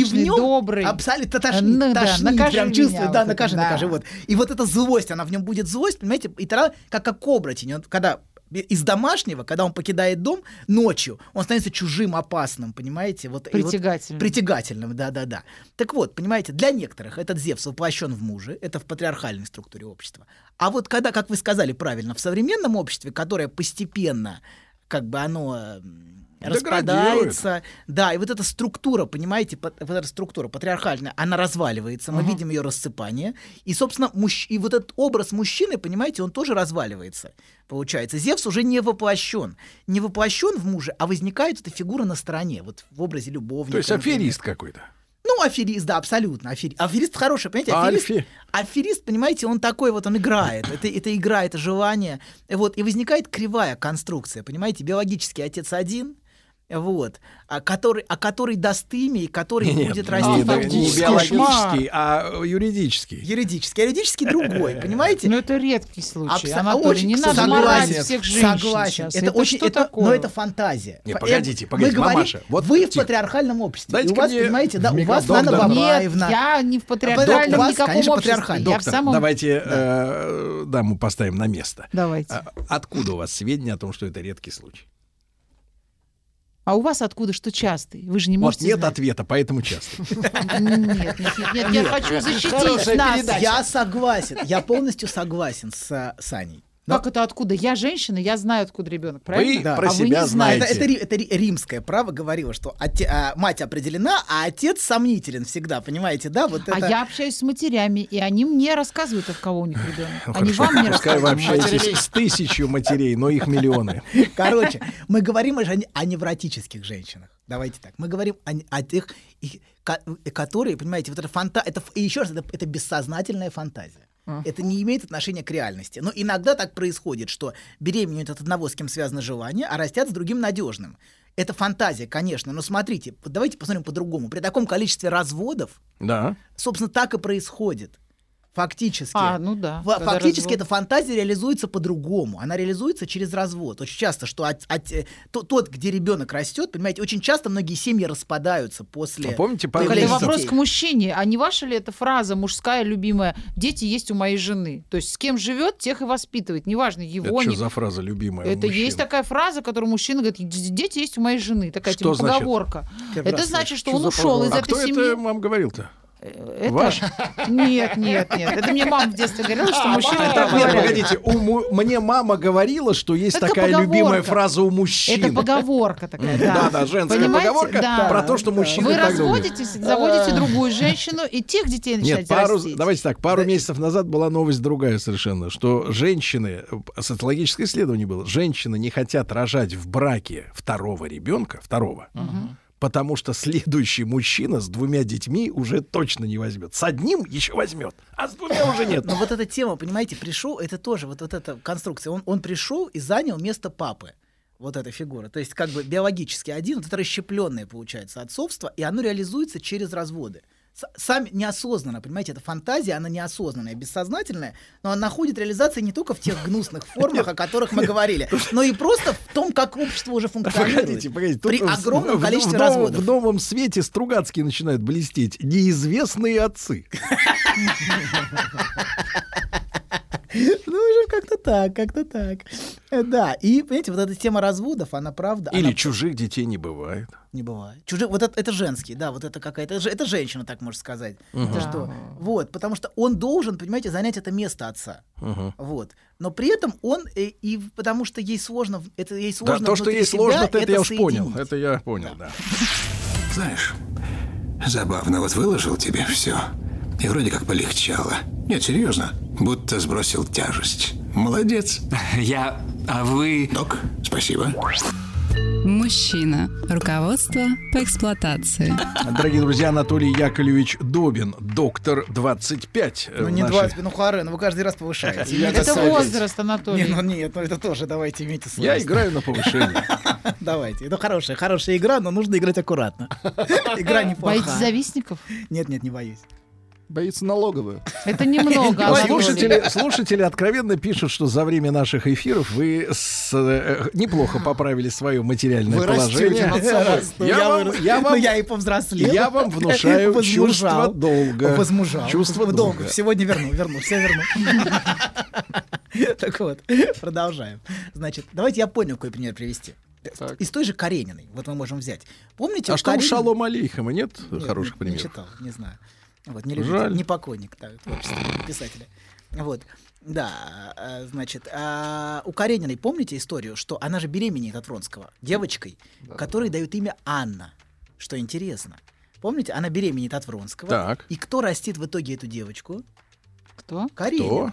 да, и в нем
добрый.
Абсолютно
Ну
тошнит,
да,
тошнит,
накажи
прям
меня
чувствую,
вот
да,
это,
накажи,
да.
накажи, вот. И вот эта злость, она в нем будет злость, понимаете, и тогда, как, как оборотень, он, когда из домашнего, когда он покидает дом ночью, он становится чужим, опасным, понимаете? Вот, и вот-
Притягательный.
притягательным, да-да-да. Так вот, понимаете, для некоторых этот Зевс воплощен в муже, это в патриархальной структуре общества. А вот когда, как вы сказали правильно, в современном обществе, которое постепенно как бы оно м,
Деградирует.
распадается. Да, и вот эта структура, понимаете, пат- вот эта структура патриархальная, она разваливается, мы
Ага.
видим ее рассыпание. И, собственно, мужч- и вот этот образ мужчины, понимаете, он тоже разваливается. Получается, Зевс уже не воплощен. Не воплощен в муже, а возникает эта фигура на стороне, вот в образе любовника.
То есть
например.
аферист какой-то.
Ну, аферист, да, абсолютно. Афери... Аферист хороший, понимаете? Аферист,
Альфи.
аферист, понимаете, он такой вот, он играет. Это, это игра, это желание. Вот, и возникает кривая конструкция, понимаете? Биологический отец один, вот, а который, а который даст имя и который будет расти.
не,
не
биологический,
биологический.
а юридический.
Юридический, а юридический другой, понимаете?
Ну, это редкий случай.
Абсо-
Анатолий,
очень
не надо
согласен.
морать всех женщин
Согласен.
сейчас.
Это, очень,
что
это,
такое?
но это фантазия.
Не,
Ф-
погодите,
э,
погодите,
мы говорим,
мамаша, вот
вы в
тихо.
патриархальном обществе. и у
Дайте-ка
вас,
мне
понимаете, да, у вас
микрофон,
Нана
доктор.
Нет,
Бабаевна.
я не в патриархальном
доктор,
никаком
конечно,
обществе.
патриархальный.
Я в
Доктор,
самом...
давайте э, даму поставим на место.
Давайте.
А Откуда у вас сведения о том, что это редкий случай?
А у вас откуда, что частый? Вы же не
Вот
можете
нет
знать.
ответа, поэтому часто.
Нет, нет, нет, нет, я хочу защитить нас.
Я согласен, я полностью согласен с а, Саней. Но
Как это откуда? Я женщина, я знаю, откуда ребенок,
Вы
правильно?
Да.
про
А вы
себя
не знаете.
это,
знаете.
это, ри- это ри- римское право говорило, что оте- а, мать определена, а отец сомнителен всегда, понимаете, да? Вот это...
А я общаюсь с матерями, и они мне рассказывают, от кого у них ребенок.
Ну,
Они
хорошо,
вам не
пускай вы
рассказывают.
общаетесь с тысячью матерей, но их миллионы.
Короче, мы говорим о, жен- о невротических женщинах. Давайте так. Мы говорим о, н- о тех, и- ко- э, которые, понимаете, вот эта фанта, это ф- и еще раз, это, это бессознательная фантазия. Это не имеет отношения к реальности. Но иногда так происходит, что беременеют от одного, с кем связано желание, а растят с другим надежным. Это фантазия, конечно. Но смотрите, п- давайте посмотрим по-другому. При таком количестве разводов,
Да.
собственно, так и происит. Фактически.
А, ну да.
Фа-
когда
Фактически
развод.
эта фантазия реализуется по-другому. Она реализуется через развод. Очень часто, что от- от, э, то- тот, где ребенок растет, понимаете, очень часто многие семьи распадаются после.
А помните, по-
Только
появление детей.
это вопрос к мужчине. А не ваша ли эта фраза мужская, любимая? Дети есть у моей жены. То есть с кем живет, тех и воспитывает. Неважно, его
Это что
не...
за фраза любимая? у
Это
мужчин?
есть такая фраза, которую мужчина говорит, «Д- дети есть у моей жены. Такая
Что
типа
значит?
поговорка.
Первый
Это
раз
значит, что
Что
он
за
ушел из
А
этой
кто
семьи.
это вам говорил-то?
Э, это-
Ваш? А,
Нет, нет, нет. Это мне мама в детстве говорила, что мужчины
Это-
так
нет,
говорят.
погодите, у му- мне мама говорила, что есть
Это
такая
поговорка.
любимая фраза у мужчин.
Это поговорка такая,
Да,
да.
да, женская
Понимаете?
поговорка
Да.
про то, что мужчины
Вы
так думают.
разводитесь, заводите другую женщину, и тех детей
Нет,
начинаете
пару,
растить.
давайте так, пару месяцев назад была новость другая совершенно, что женщины, э, социологическое исследование было, женщины не хотят рожать в браке второго ребенка, второго, потому что следующий мужчина с двумя детьми уже точно не возьмет. С одним еще возьмет, а с двумя уже нет.
Но вот эта тема, понимаете, пришел, это тоже вот, вот эта конструкция. Он, он пришел и занял место папы. Вот эта фигура. То есть, как бы биологически один, вот это расщепленное получается отцовство, и оно реализуется через разводы. С- Сами неосознанно, понимаете, эта фантазия, она неосознанная, бессознательная, но она находит реализацию не только в тех гнусных формах, о которых мы говорили, но и просто в том, как общество уже функционирует.
А Погодите, погодите.
ну, При
в-
огромном
в-
количестве
в новом-
разводов.
В новом свете Стругацкие начинают блестеть. Неизвестные отцы.
Ну, уже как-то так, как-то так. Э, Да, и, понимаете, вот эта тема разводов, она правда...
Или
она
чужих детей не бывает.
Не бывает. Чужие, вот это, это женский, да, вот это какая-то, это, же- это женщина, так можно сказать. Это
Да.
Ну что? Вот, потому что он должен, понимаете, занять это место отца. Вот. Но при этом он, э, и, в- потому что ей сложно, в- это ей
Да,
сложно
то, что
внутри
ей
себя
сложно, это, я уж
соединить.
понял. Это я понял, да.
Знаешь, забавно, вот выложил тебе все. И вроде как полегчало. Нет, серьезно, будто сбросил тяжесть. Молодец.
Я... А вы...
Док, спасибо.
Мужчина. Руководство по эксплуатации.
Дорогие друзья, Анатолий Яковлевич Добин, доктор 25. э,
Ну, не
наши-
20, ну, Харен, вы каждый раз повышаете. Имейте
Это
совесть.
возраст,
Не, ну
Анатолий.
нет, ну это тоже, давайте имейте
Я
совесть.
играю на повышение.
Давайте. Это хорошая, хорошая игра, но нужно играть аккуратно. Игра
Боитесь
неплохая.
завистников?
Нет, нет, не боюсь.
Боится налоговую.
Это немного,
А
Анатолий.
Слушатели, слушатели откровенно пишут, что за время наших эфиров вы с, э, неплохо поправили свое материальное
Вы
положение.
растете.
Я
Ну, Я
вам-
вырос.
я вам-
Ну, я и повзрослел.
Я вам внушаю
Возмужал.
чувство долга.
Возмужал.
Чувство
В
долга.
Сегодня верну, верну, все верну. Так вот, продолжаем. Значит, давайте я понял, какой пример привести.
Так.
Из той же Карениной, вот мы можем взять. Помните,
А
у
что у
Карениной-
Шалом Алейхама нет
Нет,
хороших
не- не
примеров?
читал, не знаю. Вот, не любитель,
Жаль.
не покойник, да, это общество писателя. Вот. Да, а, значит, а, у Карениной, помните историю, что она же беременеет от Вронского девочкой, которой дают имя Анна, что интересно. Помните, она беременеет от Вронского.
Так.
И кто растит в итоге эту девочку?
Кто?
Каренин.
То.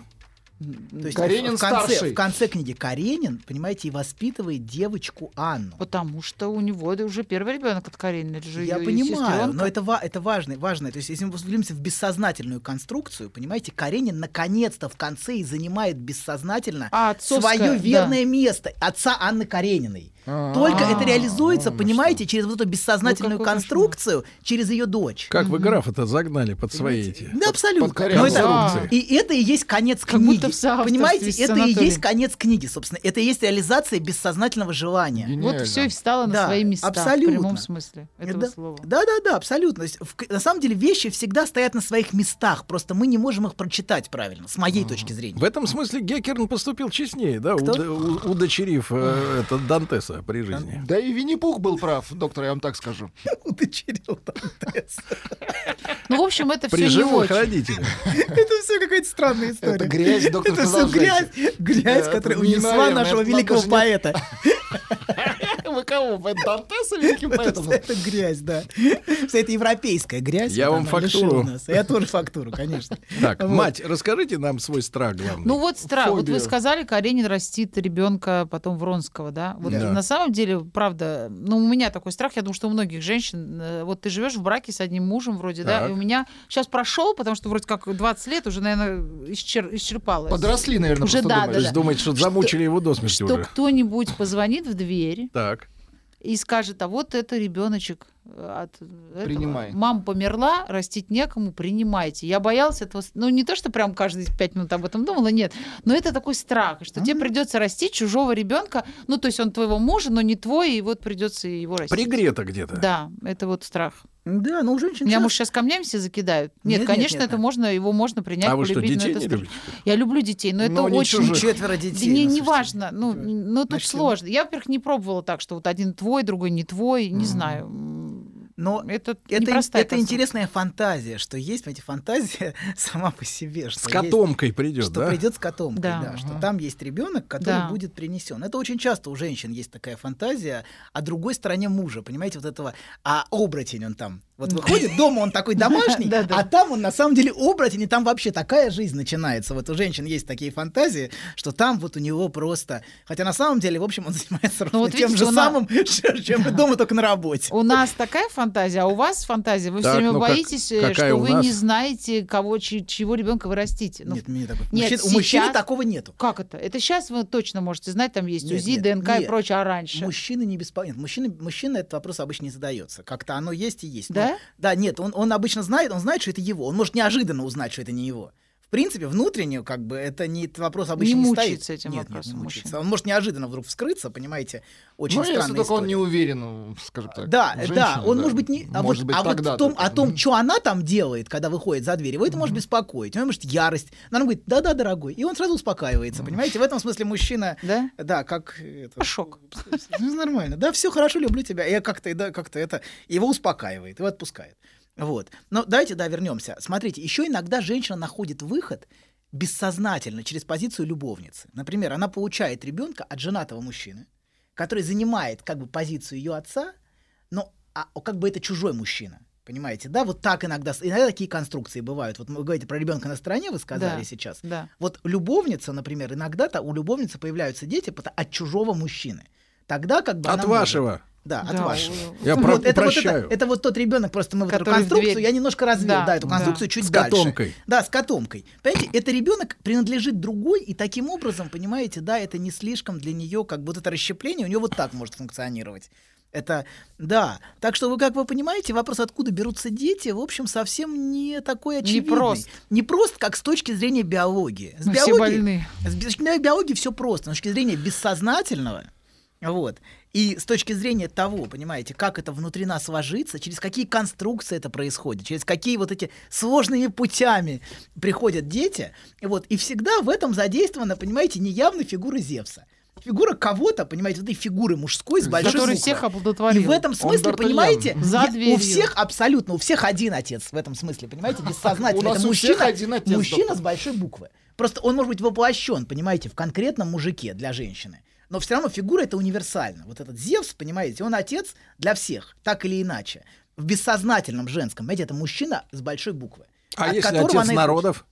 То есть
Каренин
в конце,
старший.
В конце книги Каренин, понимаете, и воспитывает девочку Анну.
Потому что у него да, уже первый ребенок от Каренина. Это же
Я
её
понимаю,
сестрёнка.
но это, ва- это важно, важно. То есть, если мы взглянемся в бессознательную конструкцию, понимаете, Каренин наконец-то в конце и занимает бессознательно
А, отцовская,
свое
да.
верное место отца Анны Карениной.
А,
Только это реализуется,
ну
понимаете, через вот эту бессознательную
А, Ну, какой
конструкцию, через ее дочь.
Как вы графа-то загнали под свои эти...
Да, абсолютно.
под
Но это-
конструкции.
и это и есть конец
Как
книги.
будто в соавторстве
понимаете,
с
это и
санаторием.
есть конец книги, собственно. Это и есть реализация бессознательного желания.
Гениально.
Вот все и встало на
Да,
свои места.
абсолютно.
В прямом смысле этого
да,
слова.
Да, да, да, абсолютно. То есть в к- на самом деле вещи всегда стоят на своих местах, просто мы не можем их прочитать правильно, с
А.
моей точки зрения.
В этом смысле Геккерн поступил честнее, да,
Кто?
уд- у- удочерив э, это Дантеса при жизни.
Да и Винни-Пух был прав, доктор, я вам так скажу.
Удочерил Дантес.
Ну, в общем, это
При
все не
живых
очень.
родителях.
Это все какая-то странная история.
Это грязь, доктор,
Это все грязь,
продолжайте.
грязь,
Это
которая
невероятно,
унесла
это
нашего
надо
великого
же не-
поэта.
Вы кого? Вы Дантеса великим
Это
поэтом?
это грязь, да. Вся эта европейская грязь.
Я
вот
вам
она лишила
фактуру.
нас. Я тоже фактуру, конечно.
Так,
Вот.
мать, расскажите нам свой страх главный.
Ну вот страх. Вот вы
Фобию.
сказали, Каренин растит ребенка потом Вронского, да? Вот
Да.
на самом деле, правда, ну у меня такой страх, я думаю, что у многих женщин, э, вот ты живешь в браке с одним мужем вроде, да,
Так.
и у меня сейчас прошел, потому что вроде как 20 лет уже, наверное, исчер... исчерпалось.
Подросли, наверное,
Уже
просто
да,
То
думаешь.
есть думаете, что замучили его до смерти
Что
уже.
кто-нибудь позвонит в дверь
Так.
и скажет, а вот это ребеночек э, от этого.
Принимай.
Мама померла, растить некому, принимайте. Я боялась этого, с- ну не то, что прям каждые пять минут об этом думала, нет, но это такой страх, что тебе придется растить чужого ребенка, ну то есть он твоего мужа, но не твой, и вот придется его растить.
Пригрето где-то.
Да, это вот страх.
Да, но у женщин
Меня
часто-
муж сейчас камнями все закидают. Нет,
Нет, нет,
конечно,
нет,
это
нет.
можно, его можно принять,
А вы что,
полюбить, но
детей
это
не
страшно.
любите?
Я люблю детей, но,
Но
это
не
очень
чужих.
четверо детей.
да не,
ну,
не
слушайте.
важно, ну, ну тут
Значит,
сложно. Я, во-первых, не пробовала так, что вот один твой, другой не твой, не знаю. М,
Но
Это,
Это, ин-
непростая
это
конструкция.
интересная фантазия, что есть, понимаете, фантазия сама по себе. Что
С
есть-
котомкой придет,
что
да?
придет с котом,
Да.
да, что там есть ребенок, который
Да.
будет принесен. Это очень часто у женщин есть такая фантазия о другой стороне мужа, понимаете, вот этого, а оборотень он там. Вот выходит, дома он такой домашний,
Да, да.
а там он на самом деле оборотень, и там вообще такая жизнь начинается. Вот у женщин есть такие фантазии, что там вот у него просто... Хотя на самом деле, в общем, он занимается ровно
Ну, вот
тем
видите,
же
у нас-
самым, чем и дома, только на работе.
У нас такая фантазия, а у вас фантазия. Вы
Так,
все время
ну как-
боитесь, э,
какая
что
у
вы
нас?
не знаете, кого, чь- чьего ребенка вы растите. Ну,
Нет, у меня такой-
нет,
Мужчин- у мужчины
сейчас-
такого нету.
Как это? Это сейчас вы точно можете знать, там есть
Нет,
УЗИ,
нет,
ДНК и
нет.
прочее, а раньше?
Мужчины не беспокоят. Мужчины, мужчина этот вопрос обычно не задается. Как-то оно есть и есть. Но-
Да?
да, нет, он, он обычно знает, он знает, что это его. Он может неожиданно узнать, что это не его. В принципе, внутреннюю, как бы, это не этот вопрос обычно не,
мучается
стоит.
этим
Нет,
вопросом
Нет, не мучается.
мужчина.
Он может неожиданно вдруг вскрыться, понимаете? Очень
Ну,
странная
если только он
история.
не уверен, ну, скажем так.
Да,
женщина,
да, он
да,
может быть не, а
может
вот,
быть,
а вот
тогда
в том,
только.
о том, что она там делает, когда выходит за дверь, его это может беспокоить, у него может ярость, она говорит, да-да, дорогой, и он сразу успокаивается, понимаете, в этом смысле мужчина,
Да?
да, как это,
Шок.
ну, нормально. Да, все хорошо, люблю тебя. Я как-то, да, как-то это его успокаивает, его отпускает. Вот. Но давайте, да, вернемся. Смотрите, еще иногда женщина находит выход бессознательно через позицию любовницы. Например, она получает ребенка от женатого мужчины, который занимает как бы позицию ее отца, но а, о, как бы это чужой мужчина. Понимаете, да, вот так иногда, с- иногда такие конструкции бывают. Вот вы говорите про ребенка на стороне, вы сказали
Да.
сейчас.
Да.
Вот любовница, например, иногда-то у любовницы появляются дети пото- от чужого мужчины. Тогда как бы
От
она
вашего.
может- Да, от
Да,
вашего.
у-
Я
Вот
про-
это, вот это,
прощаю.
это вот тот ребенок, просто мы вот эту
Который в
конструкцию,
дверь.
я немножко развил,
Да,
да, эту
да.
конструкцию чуть
С
дальше.
котомкой.
Да, с котомкой. Понимаете, это ребенок принадлежит другой, и таким образом, понимаете, да, это не слишком для нее, как вот это расщепление, у нее вот так может функционировать. Это, да. Так что вы, как вы понимаете, вопрос, откуда берутся дети, в общем, совсем не такой очевидный.
прост.
Не прост, как с точки зрения биологии. С
Мы все
биологией-
больны.
с би- с точки биологии все просто. С точки зрения бессознательного, вот. И с точки зрения того, понимаете, как это внутри нас ложится, через какие конструкции это происходит, через какие вот эти сложными путями приходят дети, и вот, и всегда в этом задействована, понимаете, неявная фигура Зевса. фигура кого-то, понимаете, вот этой фигуры мужской с большой
который
буквы.
всех
А И
оплодотворил.
в этом смысле,
Д'Артаньян.
понимаете,
За
я-
дверью.
у всех абсолютно, у всех один отец в этом смысле, понимаете,
У
бессознательно.
нас
Это
у всех
мужчина,
один отец,
мужчина
доктор.
с большой буквы. Просто он может быть воплощен, понимаете, в конкретном мужике для женщины. Но все равно фигура это универсальна. Вот этот Зевс, понимаете, он отец для всех, так или иначе. В бессознательном женском, понимаете, это мужчина с большой буквы.
А
от
если
которого
отец
она и
народов?
хочет.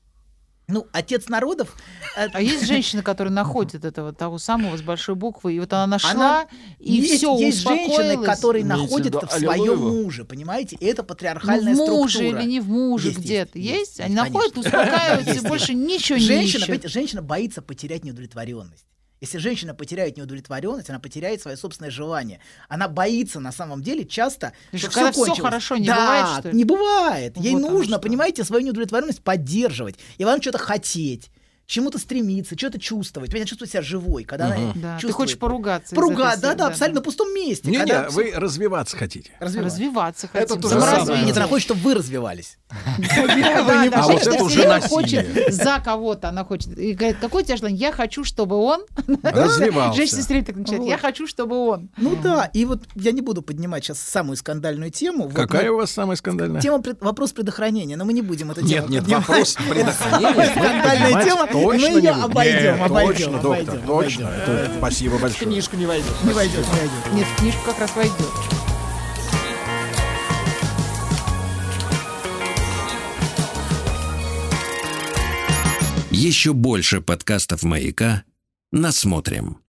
Ну, отец народов, э,
А есть женщины, которые находят этого того самого с большой буквы, и вот она нашла,
Она-
и
есть,
все
есть женщины, которые
Имеете в
находят
виду
это в своем
Аллилуева?
муже, понимаете, и это патриархальная
Ну, в муже
структура.
или не в муже
Есть,
где-то.
есть, есть,
Есть? Они
конечно.
находят, успокаиваются
Есть,
и больше ничего не
женщина,
ищут.
понимаете, женщина боится потерять неудовлетворенность. Если женщина потеряет неудовлетворенность, она потеряет свое собственное желание. Она боится на самом деле часто,
Ты
что
что, когда
всё
всё
кончилось.
хорошо не
Да,
бывает, что ли?
не бывает. Ей
Вот оно
нужно,
что.
понимаете, свою неудовлетворенность поддерживать. И вам что-то хотеть, чему-то стремиться, что-то чувствовать. Понимаете, Она чувствует себя живой, когда она
Да, ты
чувствует-
хочешь поругаться. из
Поругать,
этой
да,
серии,
да, абсолютно на пустом месте.
Не,
когда
не,
всё
вы развиваться хотите.
развивается.
Развиваться
Это
хотим.
то
же самое.
саморазвитие.
Нет, она хочет, чтобы вы развивались.
Да, да,
А вот
женщина
это уже
всегда
насилие.
хочет за кого-то, она хочет. И говорит, какое у тебя желание? Я хочу, чтобы он...
Развивался.
Женщина все время так начинает. Я
Вот.
хочу, чтобы он.
Ну да, и вот я не буду поднимать сейчас самую скандальную тему. Вот,
Какая
но
у вас самая скандальная?
Тема пред- вопрос предохранения, но мы не будем эту
Нет,
тему
нет,
поднимать.
вопрос предохранения.
Скандальная тема, но
Точно
ее
не будет.
Ну, обойдем,
Нет,
обойдем,
Точно,
обойдем,
доктор, точно. Это- Спасибо большое.
Книжку не войдет.
Не войдет, не войдет.
Нет, в книжку как раз войдет.
Еще больше подкастов «Маяка» насмотрим.